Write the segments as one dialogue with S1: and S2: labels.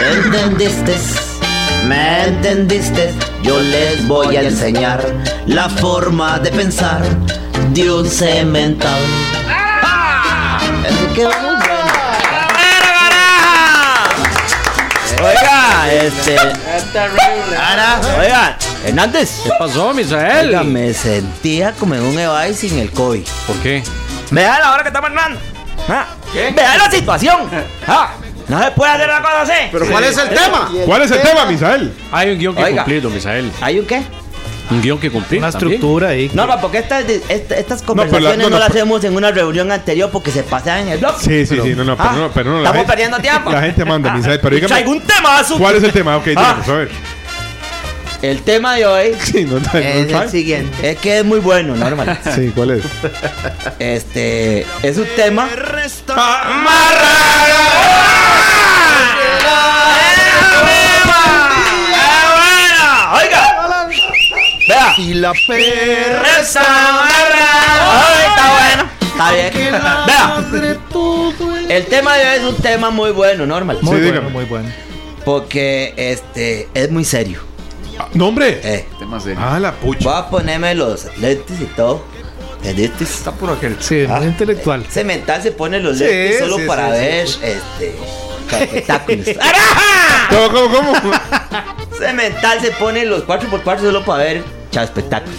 S1: ¿Me entendiste? ¿Me entendiste? Yo les voy a enseñar la forma de pensar de un cemental. Así que muy bueno. Oiga, este. Ahora, oiga, Hernández.
S2: ¿Qué pasó, Misael?
S1: Oiga, me sentía como en un Ebay sin el COVID.
S2: ¿Por qué?
S1: Vea la hora que estamos hablando. Ah,
S2: ¿Qué?
S1: Vea la situación. Ah, no se puede hacer la cosa así.
S3: Pero ¿cuál es el tema?
S4: ¿Cuál es el tema, Misael?
S2: Hay un guión que
S1: Oiga.
S2: cumplir, don Misael.
S1: ¿Hay un qué?
S2: Un guión que cumplir.
S3: Una
S2: también.
S3: estructura ahí.
S1: No, no, porque estas, esta- estas
S4: pero la-
S1: conversaciones no,
S4: no, no,
S1: las
S4: pero-
S1: hacemos en una reunión anterior porque se pasan en el blog.
S4: Sí, sí, sí, no, no, pero
S1: Ah,
S4: no, pero no.
S1: estamos
S4: gente-
S1: perdiendo tiempo. Ah,
S4: La gente manda, Misael, pero dígame.
S1: ¿Algún tema, Azu?
S4: ¿Cuál es el tema? Ok,
S1: Ah.
S4: díganos, a ver.
S1: El tema de hoy
S4: Sí, no, no,
S1: es
S4: no,
S1: el siguiente. Es que es muy bueno, normal.
S4: Sí, ¿cuál es?
S1: Este es un tema. ¡Eh, Oiga, vea.
S3: Y la perra.
S1: Está bueno. Está bien. Vea, el tema de hoy es un tema muy bueno, normal.
S3: Muy bueno,
S4: dígame.
S3: muy bueno.
S1: Porque este es muy serio.
S4: Ah, ¡Nombre!
S1: Eh,
S4: Ah, la pucha.
S1: voy a ponerme los lentes y todo. ¿Entendiste?
S3: Sí, muy intelectual.
S1: Ese mental se pone los
S3: Sí,
S1: lentes solo
S3: sí,
S1: para
S3: sí, sí,
S1: ver este espectáculos.
S4: ¿Cómo, cómo, cómo?
S1: Ese mental se pone los 4x4 solo para ver chao espectáculos.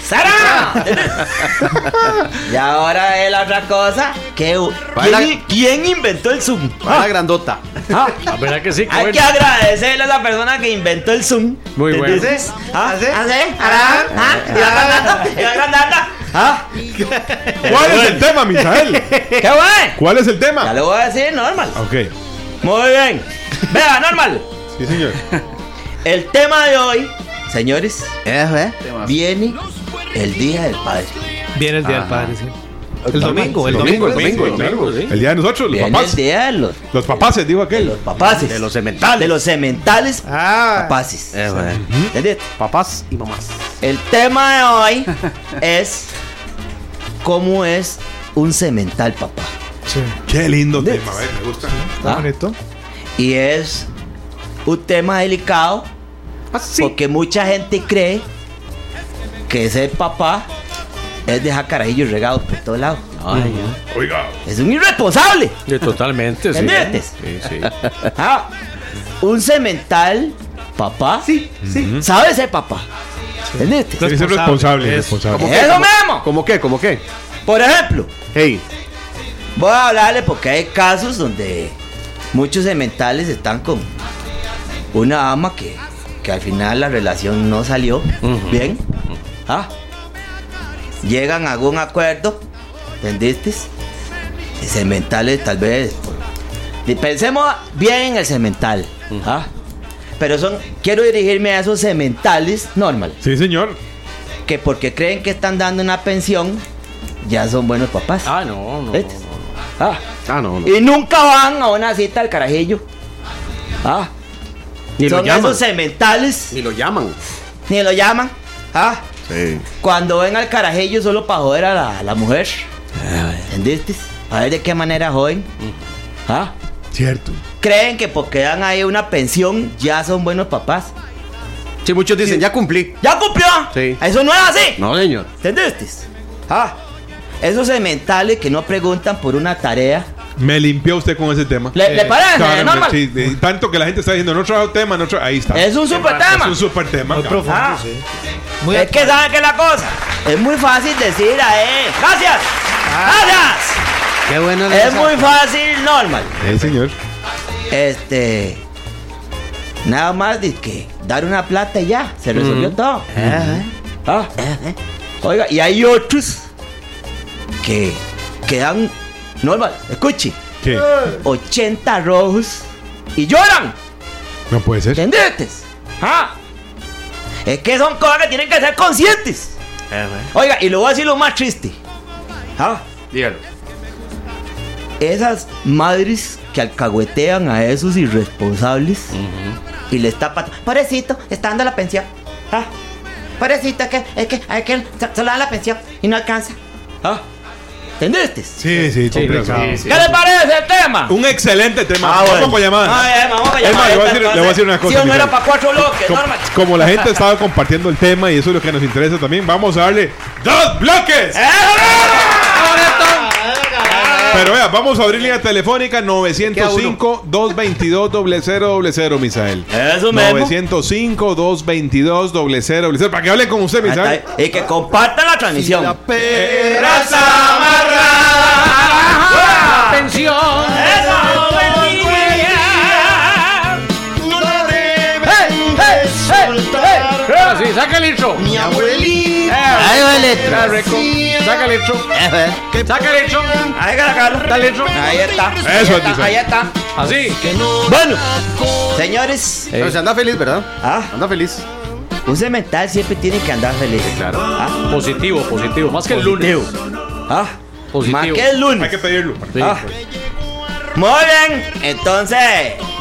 S1: y ahora es la otra cosa. que ¿quién, quién inventó el Zoom?
S3: Ah, la grandota.
S2: Ah, la verdad que sí. qué
S1: Hay que
S2: bueno.
S1: agradecerle a la persona que inventó el Zoom.
S2: Muy bueno.
S1: ¿Entendés? ¿Ah? ¿Ah? sí? ¿Ah? ¿Ah? ¿Y la grandata? ¿Y la grandata? ¿Ah?
S4: ¿Cuál es el tema, Misael?
S1: ¡Qué guay!
S4: ¿Cuál es el
S1: Ya
S4: tema?
S1: lo voy a decir, normal.
S4: Ok,
S1: Muy bien. Vea, normal.
S4: sí, señor.
S1: El tema de hoy, señores, eh? viene el Día del Padre.
S3: Viene el día del padre, sí. El domingo, el domingo.
S4: Domingo, el domingo,
S2: domingo,
S4: claro.
S2: sí.
S4: El día de nosotros, los
S1: Viene
S4: papás.
S1: el Día de los,
S4: Los papás, digo
S1: de
S4: aquel.
S1: los papaces.
S2: De los cementales.
S1: De los cementales
S3: Ah.
S1: papaces. ¿Entendés?
S3: Papás y mamás.
S1: El tema de hoy es cómo es un cemental papá.
S3: Sí.
S4: Qué lindo tema,
S5: ¿eh?
S4: a ver, me gusta.
S3: Está
S1: ¿Ah?
S3: bonito.
S1: Y es un tema delicado
S3: Ah,
S1: porque mucha gente cree que ser papá es dejar carajillos regados por todos lados.
S4: Oiga,
S1: Es un irresponsable.
S2: Sí, Totalmente, sí.
S1: ¿Entendés?
S2: Sí, sí.
S1: Ah, un cemental papá sí, sí. sabe ser papá. ¿Entendiste?
S4: tiene que ser responsable,
S3: Es-
S4: responsable.
S1: Eso mismo.
S6: ¿Cómo qué? ¿Cómo qué?
S1: Por ejemplo,
S6: Hey,
S1: voy a hablarle porque hay casos donde muchos cementales están con una ama que, que al final la relación no salió bien. Ah, llegan a algún acuerdo, ¿entendiste? Y cementales tal vez. y Pensemos bien en el cemental. ah. Pero son, quiero dirigirme a esos cementales normal,
S4: Sí, señor.
S1: que porque creen que están dando una pensión, ya son buenos papás.
S2: Ah, no, no. no,
S1: ¿Ves?
S2: no.
S1: Ah,
S6: ah, no, no.
S1: Y nunca van a una cita al carajillo. Ah.
S6: Ni lo
S1: Son
S6: llaman.
S1: esos cementales.
S6: Ni lo llaman.
S1: Ni lo llaman. Ah.
S6: Sí.
S1: Cuando ven al carajillo solo para joder a la, a la mujer.
S6: Ah,
S1: ¿Entendiste? A ver de qué manera joden.
S6: Mm.
S1: Ah.
S4: Cierto.
S1: Creen que porque dan ahí una pensión ya son buenos papás.
S6: Sí, muchos dicen, ya cumplí.
S1: ¡Ya cumplió!
S6: Sí.
S1: Eso no es así.
S6: No, señor.
S1: ¿Entendiste? Ah. Esos cementales que no preguntan por una tarea.
S4: Me limpió usted con ese tema. Eh,
S1: ¿Le, ¿le parece?
S4: Claro,
S1: Normal?
S4: sí, de- tanto que la gente está diciendo, no trajo tema, no trajo. Ahí está.
S1: Es un super tema.
S4: Es un super tema.
S3: Muy
S4: cabrón.
S3: profundo,
S1: Ah.
S3: sí. Muy
S1: es que saben que la cosa es muy fácil decir a él. ¡Gracias! ¡Gracias!
S6: Qué bueno.
S1: Es muy fácil, normal.
S4: Sí, Eh, señor.
S1: Este. Nada más de que dar una plata y ya. Se resolvió todo. Mm. Eh, Ah. Oiga, y hay otros que, que dan. Normal, escuche.
S4: ¿Qué?
S1: 80 rojos y lloran.
S4: No puede ser.
S1: ¿Entendiste?
S2: ¡Ah!
S1: Es que son cosas que tienen que ser conscientes. Oiga, y lo voy a decir lo más triste. ¿Ah?
S2: Dígalo.
S1: Esas madres que alcahuetean a esos irresponsables y les tapan. Pobrecito, está dando la pensión. ¿Ah? Pobrecito, es que, es que, es que se, se le da la pensión y no alcanza. ¿Ah? ¿Entendiste?
S4: Sí, sí,
S2: Sí,
S4: sí,
S2: sí.
S1: ¿Qué le parece el tema?
S4: Un excelente tema.
S1: Ah,
S4: Ah, Vamos
S1: bueno.
S4: con llamadas.
S1: Ay, ay, vamos a
S4: Es
S1: llamar
S4: más, le voy a
S1: esta,
S4: decir- le voy a
S1: entonces.
S4: decir una cosa.
S1: Sí o no era
S4: Michelle.
S1: para cuatro bloques,
S4: como,
S1: norma.
S4: como la gente estaba compartiendo el tema y eso es lo que nos interesa también, vamos a darle dos bloques.
S1: ¡Eh, Ah,
S4: Pero vea, vamos a abrir línea telefónica 905-222-0000, Misael.
S1: Eso mismo.
S4: 905-222-0000. Para que hable con usted,
S1: Ahí
S4: Misael.
S1: está, Y que compartan la transmisión.
S2: ¡Ah!
S1: ¡Ah!
S2: Ahora sí, saca el intro.
S1: Ahí va el letra.
S2: Ah, Reco. Saca el intro. Saca el intro.
S1: Ahí está, Carlos.
S2: Dale intro.
S1: Ahí está. Ahí
S4: Eso es,
S1: está, Ahí
S4: Misael.
S1: está.
S2: Así.
S1: Bueno, señores,
S6: Pero se anda feliz, ¿verdad?
S1: ah,
S6: Anda feliz.
S1: un cemental siempre tiene que andar feliz.
S6: claro.
S1: Ah,
S2: Positivo, positivo. Más que el lunes.
S1: positivo. Ah,
S2: Positivo.
S1: más que el
S4: Hay
S1: lunes.
S4: que pedirlo.
S2: Sí,
S1: Ah.
S2: pues.
S1: Muy bien, entonces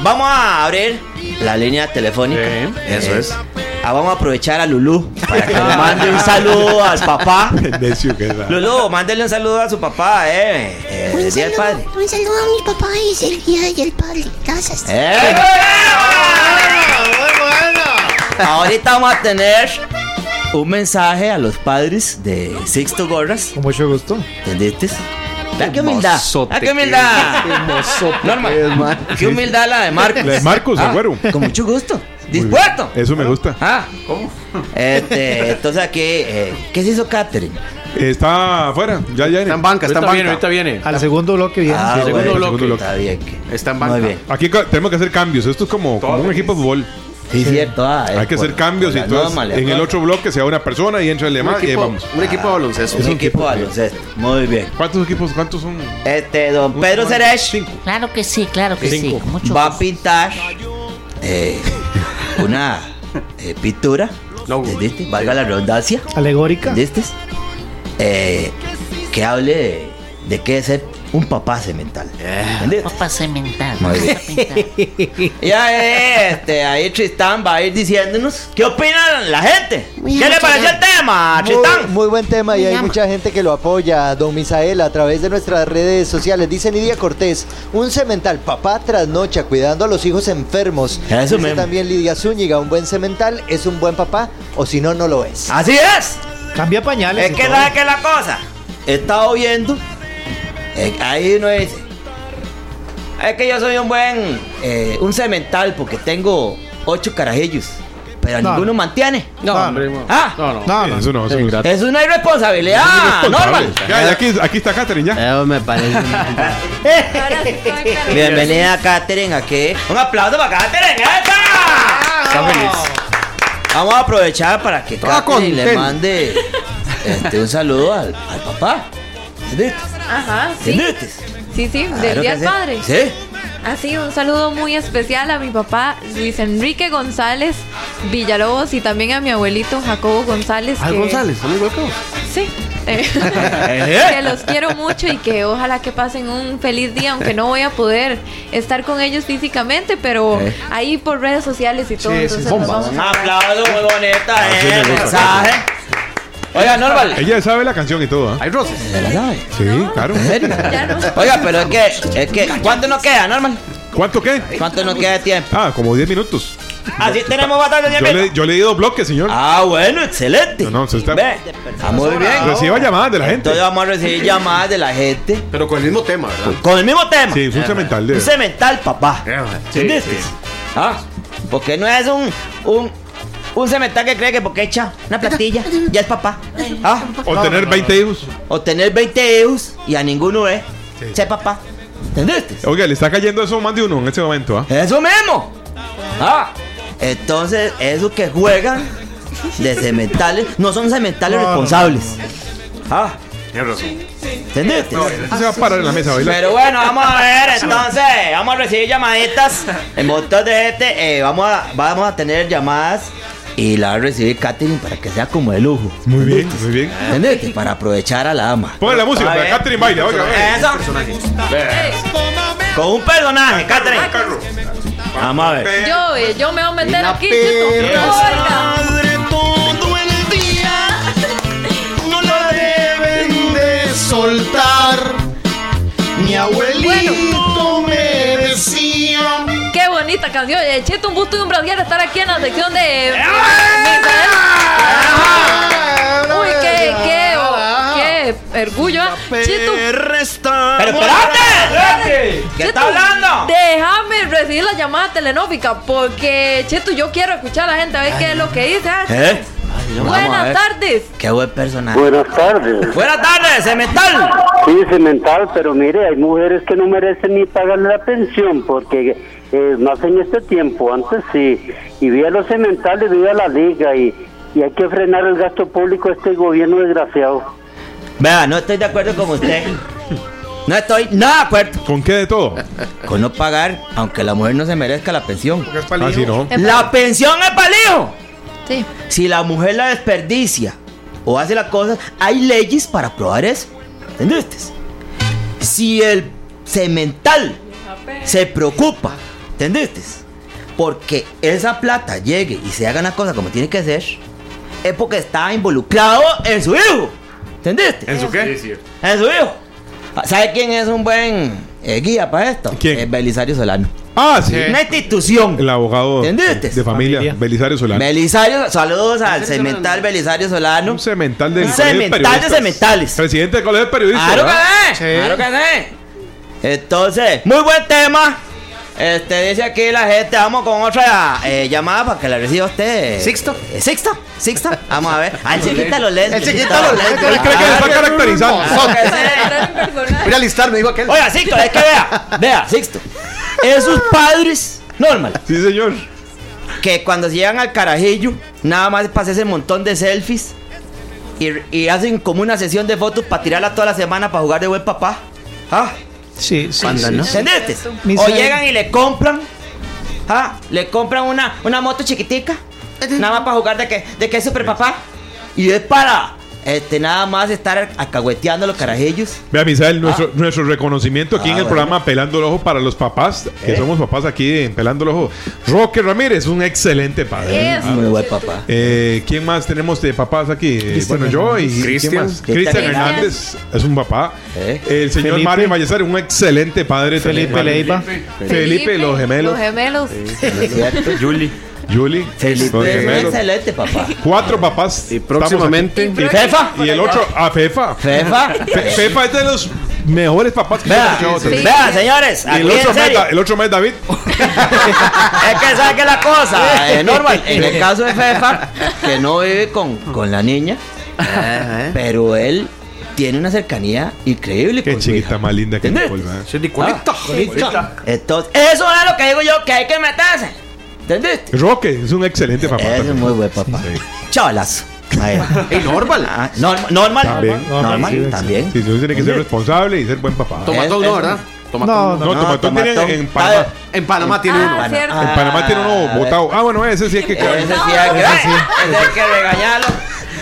S1: vamos a abrir la línea telefónica.
S2: Sí,
S1: Eso es. Ah, vamos a aprovechar a Lulú para que le mande un saludo al papá.
S4: Necio que es, ¿verdad?
S1: Lulú, mándele un saludo a su papá, eh. eh,
S7: Un
S1: decía el
S7: saludo,
S1: padre.
S7: un saludo a mi papá es el día y el padre. Gracias.
S1: ¡Eh! Ahorita vamos a tener un mensaje a los padres de Sixto Gorras.
S8: Con mucho gusto.
S1: ¿Entendiste? Da qué humildad. Da qué humildad. Norma, qué humildad la de Marcos.
S4: La de Marcos,
S1: Ah,
S4: agüero.
S1: Con mucho gusto. Dispuesto.
S4: Eso me gusta.
S1: Ah, ¿cómo? Este, entonces aquí, eh, ¿qué se hizo Catherine?
S4: Está afuera. Ya, ya.
S6: Está en banca, está en
S2: Ahorita viene,
S6: banca.
S2: ahorita viene.
S8: Al segundo bloque viene.
S1: Ah,
S2: segundo
S1: bueno,
S2: bloque.
S4: Segundo bloque.
S1: Está bien. que-
S6: Está en
S1: Muy
S6: banca.
S1: bien.
S4: Aquí co- tenemos que hacer cambios. Esto es como, como un equipo de fútbol.
S1: Sí, cierto. ah,
S4: Hay
S1: es
S4: que hacer
S1: por-
S4: cambios
S1: por
S4: y
S1: la Ah,
S4: entonces
S1: norma, le
S4: en el
S1: acuerdo.
S4: otro bloque se va una persona y entra el
S6: Un
S4: demás y ahí
S6: equipo,
S4: vamos.
S6: un equipo de baloncesto.
S1: Un equipo
S4: equipo,
S1: de
S4: sí.
S1: baloncesto. Muy bien.
S4: ¿Cuántos equipos? ¿Cuántos son?
S1: Este, don Pedro Seresh
S4: Cinco.
S9: Claro que sí, claro que sí. con Mucho
S1: va a
S9: gusto.
S1: pintar eh, una eh, pintura.
S6: No.
S1: ¿Entendiste? Valga la redundancia.
S8: Alegórica.
S1: ¿Entendiste? Eh, que hable de, de qué es ser un papá semental. ¿Entendiste?
S9: Papa cemental.
S1: Muy bien.
S9: vamos a pintar.
S1: Ya, eh, este, ahí Tristán va a ir diciéndonos qué opina la gente.
S9: Muy
S1: ¿Qué le
S9: muchas
S1: pareció el tema,
S8: Muy,
S1: Tristán?
S8: muy buen tema y
S9: Me
S8: hay
S9: llama.
S8: mucha gente que lo apoya, don Misael, a través de nuestras redes sociales. Dice Lidia Cortés, un cemental, papá trasnocha, cuidando a los hijos enfermos.
S1: Eso
S8: Dice
S1: mismo.
S8: también Lidia Zúñiga, un buen cemental es un buen papá, o si no, no lo es.
S1: Así es.
S8: Cambia pañales.
S1: Es que sabe que es la cosa. He estado viendo. eh, ahí uno dice. Es que yo soy un buen. eh, un cemental porque tengo ocho carajillos. Pero a
S8: No.
S1: ninguno mantiene.
S2: No, hombre. no.
S1: Ah.
S2: No, no.
S8: No, no.
S4: Eso no, eso no.
S2: Ingrato.
S1: Es una irresponsabilidad. Ah, normal.
S4: Ya, ya aquí, aquí está Catherine, ya.
S6: Eso me parece.
S1: Bienvenida a Katherine aquí. Un aplauso para Katherine. ¡Esa! Vamos a aprovechar para que
S6: Toda
S1: Katherine le
S6: contenta.
S1: mande este, un saludo al, al papá. ¿Entendiste?
S10: Ajá, sí.
S1: ¿Entendiste?
S10: Sí, sí,
S1: Claro
S10: del Día
S1: que
S10: del
S1: sí.
S10: Padre.
S1: Sí.
S10: Así, un saludo muy especial a mi papá Ah, Luis Enrique González Villalobos y también a mi abuelito Jacobo González.
S6: Al
S10: que-
S6: González, amigo acá.
S10: Sí. eh,
S2: ¿Eh?
S10: que los quiero mucho y que ojalá que pasen un feliz día, aunque no voy a poder estar con ellos físicamente, pero
S1: Eh.
S10: ahí por redes sociales y todo.
S8: Sí, sí,
S10: entonces
S8: bomba.
S10: nos vamos
S1: Un
S10: a-
S1: aplauso muy bonito,
S4: sí me
S1: eh, el
S4: gusta,
S1: mensaje. Oiga, Norval.
S4: Ella sabe la canción y todo, ¿ah?
S6: Hay roces.
S1: ¿Se la sabe?
S4: Sí, claro.
S1: ¿En serio?
S10: Ya no.
S1: Oiga, pero es que, es que, ¿cuánto nos queda, Normal?
S4: ¿Cuánto qué?
S1: ¿Cuánto nos queda de tiempo?
S4: Ah, como 10 minutos.
S1: Así tenemos bastante
S4: Yo le,
S1: tiempo.
S4: yo le di dos bloques, señor.
S1: Ah, bueno, excelente.
S4: No, no, usted está-
S1: Ve, ah, muy bien.
S4: Reciba llamadas de la gente.
S1: Entonces vamos a recibir llamadas de la gente
S6: Pero con el mismo tema, ¿verdad?
S1: con el mismo tema.
S4: Sí, es un cemental de.
S1: eh, Un cemental, papá.
S6: Eh,
S2: Sí,
S1: ¿Entendiste?
S2: sí.
S1: Ah, porque no es un, un, un cemental que cree que porque echa una platilla ya es papá. Ah,
S4: O tener 20 hijos.
S1: o tener 20 euros y a ninguno ve. Sé papá. ¿Entendiste?
S4: Oiga, le está cayendo eso más de uno en este momento, ¿ah?
S1: Eso mismo. Ah, entonces esos que juegan de cementales no son cementales responsables. Ah,
S6: Tienes razón.
S1: ¿Entendés?
S4: Esto Este se va a parar en la mesa, ¿verdad?
S1: Pero bueno, vamos a ver entonces. Vamos a recibir llamaditas. En montón de gente. eh, vamos, a, vamos a tener llamadas. Y la va a recibir Katherine para que sea como de lujo.
S4: Muy bien, muy bien.
S1: ¿Entendés? Para aprovechar a la ama.
S4: Ponle la música,
S1: Está
S4: para
S1: bien.
S4: Catherine baila, oiga, oiga.
S1: Eso. Con un personaje, Katherine.
S4: Carlos.
S1: Vamos a ver.
S10: Yo, eh, yo me voy a meter aquí, chico. Oiga.
S6: todo el día. No la deben de soltar. Mi abuelito me decía.
S10: Qué bonita canción. Eh, Cheto, un gusto y un placer estar aquí en la sección
S1: ¡Eh!
S10: de.
S1: ¡Eh!
S10: Misael. Uy, qué, qué, oh, qué orgullo. ah. Cheto,
S1: Pero espérate. ¿Qué
S10: Cheto,
S1: está hablando?
S10: Déjame recibir la llamada telenófica porque, Cheto, yo quiero escuchar a la gente a ver qué es lo que dice. ah.
S1: ¿Eh? Vamos a
S10: Buenas
S1: ver.
S10: tardes.
S1: Qué buen personaje.
S11: Buenas tardes.
S1: Buenas tardes, Cemental.
S11: Sí, cemental, pero mire, hay mujeres que no merecen ni pagarle la pensión porque eh, más en este tiempo, antes sí. Y vía los cementales, vía la liga y, y hay que frenar el gasto público de este gobierno desgraciado.
S1: Vea, no estoy de acuerdo con usted. No estoy nada de acuerdo
S4: ¿Con qué de todo?
S1: con no pagar, aunque la mujer no se merezca la pensión.
S4: Porque es palillo. Ah, sí, no.
S10: Es
S1: La pensión es palijo.
S10: Sí.
S1: Si la mujer la desperdicia o hace las cosas, hay leyes para probar eso. ¿Entendiste? Si el cemental se preocupa, ¿entendiste? Porque esa plata llegue y se haga una cosa como tiene que ser, es porque está involucrado en su hijo. ¿Entendiste?
S6: ¿En su qué?
S1: En su hijo. ¿Sabe quién es un buen eh, guía para esto?
S4: ¿Quién?
S1: Eh, Belisario Solano.
S4: Ah, sí.
S1: Una institución.
S4: El abogado
S1: ¿Entendiste?
S4: de familia,
S3: Familia.
S4: Belisario Solano.
S1: Belisario, saludos al cemental Belisario Solano.
S4: un cemental de
S1: Un cemental de cementales.
S4: Presidente del colegio de periodistas.
S1: Claro que
S4: ¿verdad?
S1: sí, claro que sí. Entonces, muy buen tema. Este dice aquí la gente, vamos con otra eh, llamada para que la reciba usted.
S3: Sixto.
S1: Eh, Sixto, Sixto. Vamos a ver. Ah, él se quita los lentes.
S6: Él se quita los lentes.
S4: Él cree
S1: Ah,
S4: que le está
S6: Claro.
S4: caracterizando.
S1: Claro que sí.
S10: Era un personaje.
S6: Voy a listar, me dijo aquel.
S1: Oiga, Sixto, es que vea. Vea, Sixto. Esos padres, normal,
S4: Sí, señor.
S1: que cuando se llegan al carajillo, nada más pasa ese montón de selfies y, y hacen como una sesión de fotos para tirarla toda la semana para jugar de buen papá. Ah.
S3: Sí, sí. sí, sí.
S1: ¿Entendiste?
S3: Mi
S1: O
S3: suegra.
S1: llegan y le compran. Ah, le compran una, una moto chiquitica. Nada más para jugar de que, de que es super papá. Y es para este, nada más estar alcahueteando a los carajillos.
S4: Vea, Misael, nuestro, nuestro reconocimiento aquí
S1: Ah,
S4: en el
S1: bueno.
S4: programa Pelando el Ojo para los papás, que
S1: Eh.
S4: somos papás aquí en Pelando el Ojo. Roque Ramírez, un excelente padre.
S10: Es-
S1: Ah, Muy buen papá.
S4: Eh, ¿Quién más tenemos de papás aquí? Eh,
S3: Cristian
S4: bueno, yo y
S6: Cristian.
S4: ¿quién más?
S1: Cristian
S4: Cristian
S10: Hernández.
S4: Hernández es un papá.
S1: Eh.
S4: El señor
S3: Felipe.
S4: Mario Ballesar, un excelente padre. también,
S3: Felipe
S4: Mario.
S3: Leiva.
S4: Felipe, los gemelos.
S10: Los gemelos.
S6: Julie.
S4: Julie.
S1: Felipe
S4: los
S1: es un
S4: gemelos.
S1: excelente papá.
S4: Cuatro papás.
S6: Y
S4: estamos aquí.
S6: próximamente.
S4: Y,
S1: Fefa.
S4: y el otro, a Fefa.
S1: Fefa.
S4: Fe- Fefa es de los mejores papás que
S1: Vea,
S4: yo he escuchado.
S10: sí.
S1: vea, señores,
S4: Y
S1: aquí
S4: el otro,
S1: en
S4: mes,
S1: serio,
S4: Da- el otro mes David.
S1: es que sabe que la cosa, eh, Mm. normal, en el caso de Fefa, que no vive con, con la niña, pero él tiene una cercanía increíble
S4: Qué
S1: con su hija.
S4: chiquita más linda que
S1: ¿Entendés?
S4: Nicole, ¿verdad?
S6: Soy
S2: Ah,
S6: Nicolita. Nicolita.
S1: Entonces, eso es lo que digo yo, que hay que meterse. ¿Entendiste?
S4: Roque es un excelente Ah, papá.
S1: Ese es
S4: también.
S1: muy buen papá.
S4: Sí.
S1: Chavalazo. Ahí va.
S6: Ey, normal.
S1: Ah, norm- normal.
S4: También.
S1: Normal, también.
S4: Sí, uno tiene que ser
S1: ¿Entendés?
S4: responsable y ser buen papá. Eh,
S1: Toma-
S6: Tomatón no,
S1: Es- es-
S6: ¿verdad?
S3: No,
S6: Tomatón
S4: No, Tomatón tiene
S1: Tomatón.
S4: en Panamá.
S1: Ah,
S6: En Panamá tiene uno.
S10: Ah, cierto.
S4: En Panamá tiene uno
S1: Ah,
S4: votado. Ah, bueno, ese sí es que.
S1: Ese sí hay que, ese hay que regañarlo.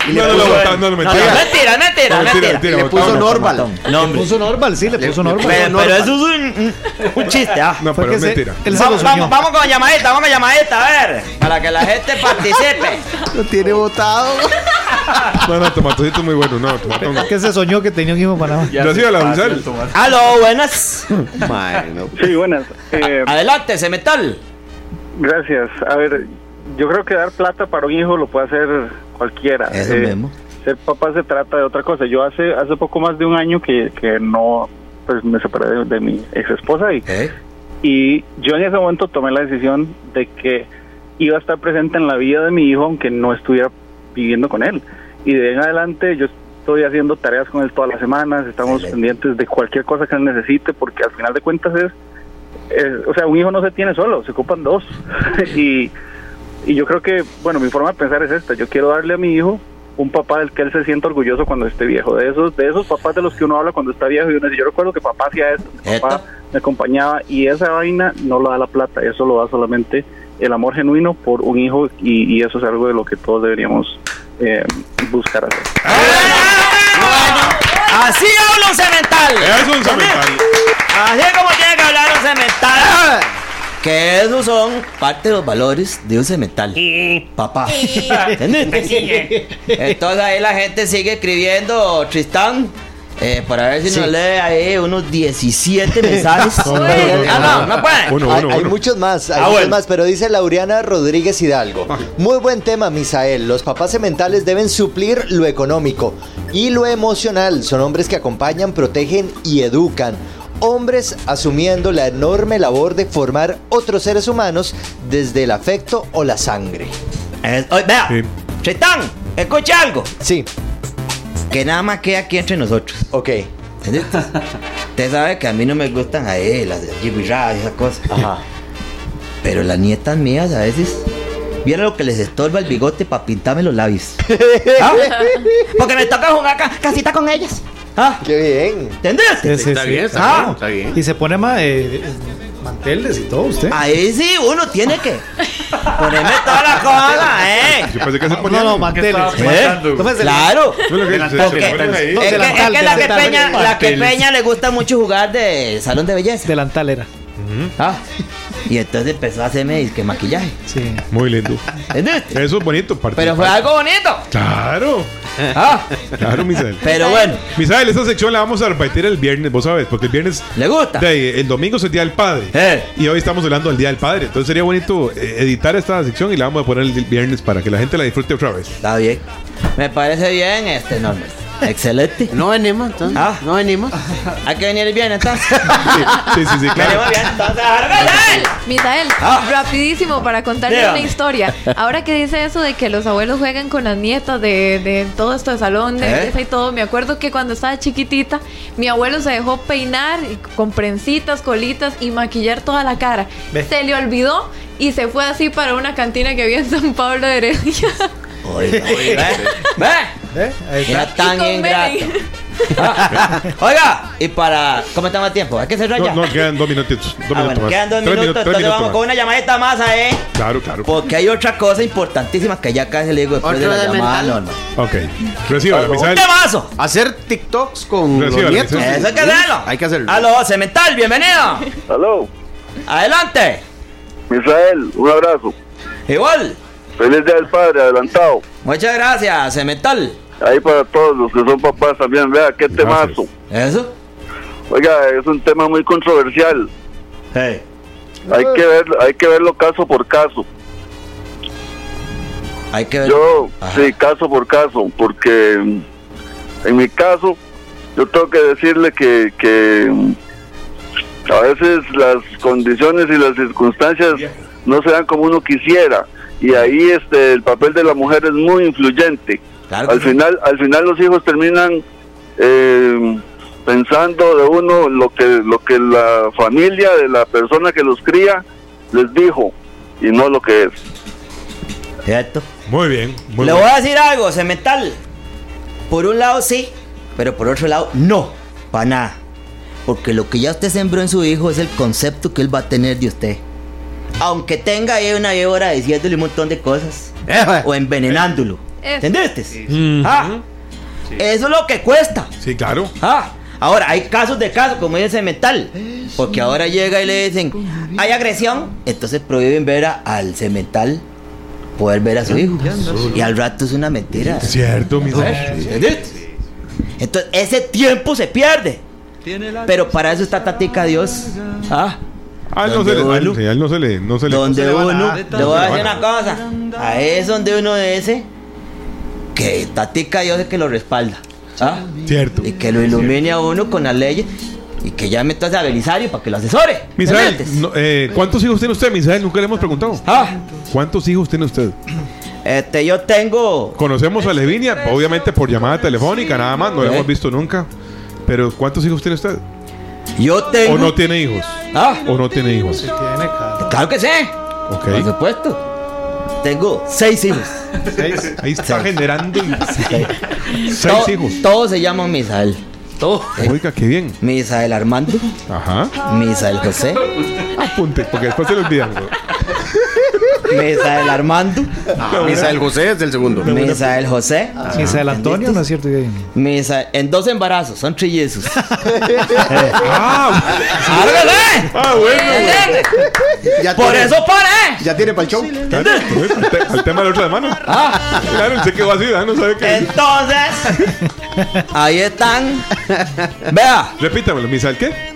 S1: Y le
S4: No, no lo
S1: puso-
S4: votaron, no lo
S1: mentira,
S4: metieron.
S1: mentira, mentira,
S4: No, mentira,
S1: mentira.
S4: mentira,
S6: Le
S4: votaron.
S6: puso normal.
S1: No,
S3: Le
S1: hombre.
S3: puso normal, sí, le puso normal.
S1: Pero,
S6: normal.
S1: pero eso es un, un- un chiste, ¿ah?
S4: No,
S3: Fue
S4: pero
S3: que
S4: es
S3: se-
S4: mentira.
S3: Él se lo
S1: Vamos,
S3: soñó.
S1: vamos, vamos con la llamadita, vamos con la llamadita, a ver. Para que la gente participe.
S6: Lo tiene votado.
S4: No, no, Tomatoncito es muy bueno. No, Tomatón.
S3: Que se soñó que tenía un hijo en Panamá.
S4: ¿Lo hacía la González?
S1: Aló, buenas.
S11: Sí, buenas.
S1: Adelante, Cemental.
S11: gracias. A ver, yo creo que dar plata para un hijo lo puede hacer cualquiera. Eh,
S1: Eso mismo.
S11: ser papá se trata de otra cosa. Yo hace hace poco más de un año que, que no pues me separé de, de mi ex esposa y, y yo en ese momento tomé la decisión de que iba a estar presente en la vida de mi hijo aunque no estuviera viviendo con él. Y de ahí en adelante yo estoy haciendo tareas con él todas las semanas, estamos
S1: Excelente.
S11: pendientes de cualquier cosa que él necesite porque al final de cuentas es, es- o sea, un hijo no se tiene solo, se ocupan dos. y, y yo creo que, bueno, mi forma de pensar es esta, yo quiero darle a mi hijo un papá del que él se sienta orgulloso cuando esté viejo. De esos, de esos papás de los que uno habla cuando está viejo y uno dice, yo recuerdo que papá hacía esto, mi papá me acompañaba y esa vaina no lo da la plata, eso lo da solamente el amor genuino por un hijo y, y eso es algo de lo que todos deberíamos eh, buscar hacer.
S12: Así habla un cemental.
S4: Es un cemental.
S12: Así como tiene que hablar un cemental.
S1: Ah. Que esos son parte de los valores de un cemental. Papá. ¿Entendés? Entonces ahí la gente sigue escribiendo, Tristán. eh, para ver si
S8: Sí.
S1: nos lee ahí unos 17 mensajes.
S8: Ah, no, no puede. hay, hay
S1: mucho-
S8: muchos más, hay
S1: Ah,
S8: muchos
S1: bueno.
S8: más, pero dice Laureana Rodríguez Hidalgo.
S12: Ah.
S8: Muy buen tema, Misael. Los papás sementales deben suplir lo económico y lo emocional. Son hombres que acompañan, protegen y educan. Hombres asumiendo la enorme labor de formar otros seres humanos desde el afecto o la sangre.
S1: vea, Tristán, escucha algo.
S8: Sí.
S1: Que nada más queda aquí entre nosotros.
S8: Ok.
S1: ¿Entendiste? Usted sabe que a mí no me gustan ahí las de y esas cosas. Ajá. Pero las nietas mías a veces. Vieron lo que les estorba el bigote para pintarme los labios. ¿Ah? Porque me toca jugar ca- casita con ellas. ¿Ah?
S8: ¡Qué bien!
S1: ¿Entendiste? Ah.
S3: Y se pone ma- eh, eh, manteles y todo usted.
S1: Ahí sí, uno tiene que ponerme toda la cola, ¿eh?
S4: Yo pensé que se
S3: No, no, manteles.
S1: ¿Eh? Claro. Porque es que, es que la que Peña, la que Peña le gusta mucho jugar de salón de belleza.
S3: Delantal era.
S1: Ah, y entonces empezó a hacerme que maquillaje.
S3: Sí.
S4: Muy lindo. Eso es bonito. parte-
S1: Pero fue algo bonito.
S4: Claro.
S1: Ah.
S4: Claro, Misael.
S1: Pero bueno.
S4: Misael, esta sección la vamos a repetir el viernes, vos sabes, porque el viernes.
S1: ¿Le gusta? Eh.
S4: el domingo es el Día del Padre. Y hoy estamos hablando del Día del Padre. Entonces sería bonito eh, editar esta sección y la vamos a poner el viernes para que la gente la disfrute otra vez.
S1: Está bien. Me parece bien este nombre. Excelente. Ah.
S6: No venimos, entonces. No venimos.
S1: Hay que venir el viernes, entonces.
S4: Sí, sí, sí, claro.
S10: Misael,
S1: Ah.
S10: rapidísimo para contarles
S1: Dígame.
S10: una historia. Ahora que dice eso de que los abuelos juegan con las nietas de, de todo esto de salón, de
S1: ¿Eh?
S10: belleza y todo, me acuerdo que cuando estaba chiquitita, mi abuelo se dejó peinar y- con prensitas, colitas y maquillar toda la cara.
S1: Ve.
S10: Se le olvidó y se fue así para una cantina que había en San Pablo de Heredia.
S1: Oiga, oiga, ¿eh? ¿Ve? Era Ah, tan ingrato.
S10: Comen.
S1: Ah, Oiga, y para. ¿Cómo estamos a tiempo? ¿Hay que cerrar ya?
S4: No, no, quedan dos minutitos. Dos
S1: Ah,
S4: minutos
S1: bueno,
S4: más.
S1: quedan dos
S4: Tres
S1: minutos,
S4: tres
S1: entonces vamos con
S4: más.
S1: una llamadita más, ¿eh?
S4: Claro, claro.
S1: Porque hay otra cosa importantísima que ya casi le digo después de
S6: Otro
S1: la
S6: de
S1: llamada
S6: mental.
S1: normal.
S4: Ok. Reciba, Misael.
S1: ¡Temazo!
S6: Hacer TikToks con
S4: Reciba,
S6: los nietos.
S4: reciba.
S1: Eso hay que hacerlo.
S6: Hay que hacerlo.
S1: ¡Aló, Cemental, bienvenido!
S11: Aló,
S1: ¡Adelante!
S11: Israel, un abrazo.
S1: Igual,
S11: Feliz Día del Padre, adelantado.
S1: muchas gracias, Cemental.
S11: Ahí para todos los que son papás también, vea, qué temazo.
S1: ¿Eso?
S11: Oiga, es un tema muy controversial.
S1: Hey.
S11: Hay que ver, hay que verlo caso por caso.
S1: Hay que ver.
S11: Yo, sí, caso por caso, porque mm, en mi caso, yo tengo que decirle que, que mm, a veces las condiciones y las circunstancias no se dan como uno quisiera. Y ahí este el papel de la mujer es muy influyente.
S1: Claro que
S11: al
S1: sí.
S11: final, al final los hijos terminan eh, pensando de uno lo que, lo que la familia de la persona que los cría les dijo y no lo que es.
S1: Cierto.
S4: Muy bien. Muy
S1: Le
S4: bien.
S1: voy a decir algo, Cemental. Por un lado sí, pero por otro lado no, para nada. Porque lo que ya usted sembró en su hijo es el concepto que él va a tener de usted. Aunque tenga ahí una víbora diciéndole un montón de cosas.
S2: 哎 Eh.
S1: O envenenándolo.
S10: Eh.
S1: ¿Entendiste? Ah, Eso es lo que cuesta.
S4: Sí, claro.
S1: Ah, ahora, hay casos de casos, como dice Cemental. Porque ahora llega y le dicen, hay agresión. Entonces prohíben ver a- al Cemental poder ver a su hijo. Y al rato es una mentira.
S4: Cierto, Misael.
S1: ¿Entendiste? Entonces, ese tiempo se pierde. Pero para eso está Tatica Dios. Ah,
S4: A él no se le. a él- sí, A él no se le. No se Pues le.
S1: donde
S4: no se le van
S1: uno.
S4: a-
S1: Le voy a decir una cosa. Ahí es donde uno de ese. Que Tatica Dios es que lo respalda. ¿Ah?
S4: Cierto.
S1: Y que lo ilumine a uno con las leyes. Y que llame entonces a Belisario para que lo asesore.
S4: Misael,
S1: ¿Entiendes?
S4: no, eh, ¿cuántos hijos tiene usted, Misael? Nunca le hemos preguntado.
S1: Ah,
S4: ¿Cuántos hijos tiene usted?
S1: este, yo tengo.
S4: Conocemos a Levinia, obviamente por llamada telefónica, nada más, no la
S1: ¿Eh?
S4: hemos visto nunca. Pero ¿cuántos hijos tiene usted?
S1: Yo
S4: ¿O
S1: tengo.
S4: no tiene hijos?
S1: Ah,
S4: ¿O no tiene hijos?
S3: Tiene cara.
S1: claro que sé.
S4: Ok.
S1: Por supuesto. Tengo seis hijos.
S4: Ahí está generando.
S1: Seis hijos. Todos se llaman Misael. Todos.
S4: Oiga, qué bien.
S1: Misael Armando.
S4: Ajá.
S1: Misael José.
S4: Apunte, porque después se lo olvidan. güey.
S1: Misael Armando.
S13: Misael José es el segundo.
S1: Misael José.
S3: Misael Antonio, ¿no es cierto? que-
S1: Misael, en dos embarazos, son trillizos.
S4: ¡Ah!
S1: ¡Árgale!
S4: ¡Ah,
S13: Ya
S1: pues! Por
S13: tiene-
S1: eso paré.
S13: Ya tiene para el show.
S4: Al tema de la otra semana.
S1: Ah.
S4: Claro, él se quedó así, ¿verdad? no sabe qué.
S1: Entonces, ahí están. Vea.
S4: Repítamelo, Misael, ¿qué?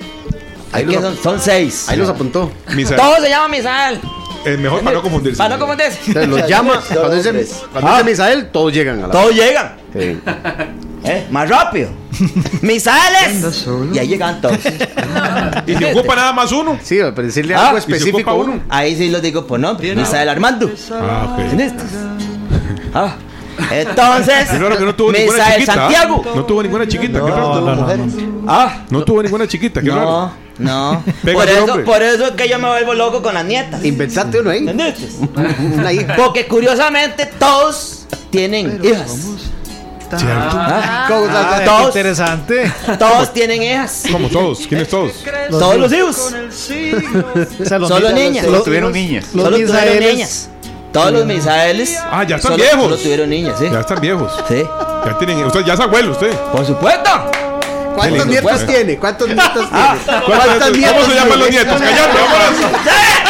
S1: Ahí que son, son seis.
S4: Ahí los apuntó. Misael.
S1: Todos se llaman Misael.
S4: Es mejor para no confundirse.
S1: Para no confundirse.
S13: Entonces los llama. Cuando dice, cuando dice Misael, todos llegan a la
S1: Todos llegan.
S13: Sí.
S1: ¿Eh? Más rápido. Misaeles. Y ahí llegan todos.
S4: ¿Y se ocupa nada más uno?
S13: Sí, pero decirle
S1: Ah,
S13: algo
S1: ¿y se
S13: específico
S1: ocupa
S13: a
S1: uno?
S13: uno.
S1: Ahí sí lo digo por nombre. Misael Armando.
S4: Ah,
S1: ¿Entiendes? Ah. Entonces,
S4: Qué raro que no tuvo ninguna
S1: Misael
S4: chiquita, ¿ah?
S1: Santiago.
S4: No tuvo ninguna chiquita. qué raro.
S1: Ah,
S4: No tuvo ninguna chiquita. Qué
S1: No,
S4: raro.
S1: no.
S4: Venga,
S1: por
S4: tu
S1: eso,
S4: nombre.
S1: por eso es que yo me vuelvo loco con las nietas.
S13: Inventate uno ahí.
S1: ¿Entendiste?
S13: Una hija.
S1: Porque curiosamente todos tienen hijas. Ah,
S13: ¿Cómo estás?
S3: Ah, qué
S1: todos,
S3: interesante.
S1: todos tienen hijas.
S4: ¿Cómo todos? ¿Quiénes todos?
S1: Todos los hijos.
S3: O sea, los
S1: Solo
S3: niños-
S1: niñas.
S3: los-
S13: tuvieron
S3: los-
S13: niñas.
S3: Los
S1: Solo tuvieron
S3: Misaeles.
S1: niñas. Todos los misaeles.
S4: Ah, ya están
S1: solo,
S4: viejos.
S1: solo tuvieron niñas, ¿sí?
S4: Ya están viejos.
S1: Sí.
S4: Ya tienen. Usted ya es abuelo, usted.
S1: Por supuesto.
S13: ¿Cuántos
S4: Dele,
S13: nietos
S4: pues.
S13: tiene? Ah, ¿Cuántos nietos tiene?
S4: ¿Cuántos nietos? ¿Cómo se llaman los nietos? ¡Cállate, vámonos!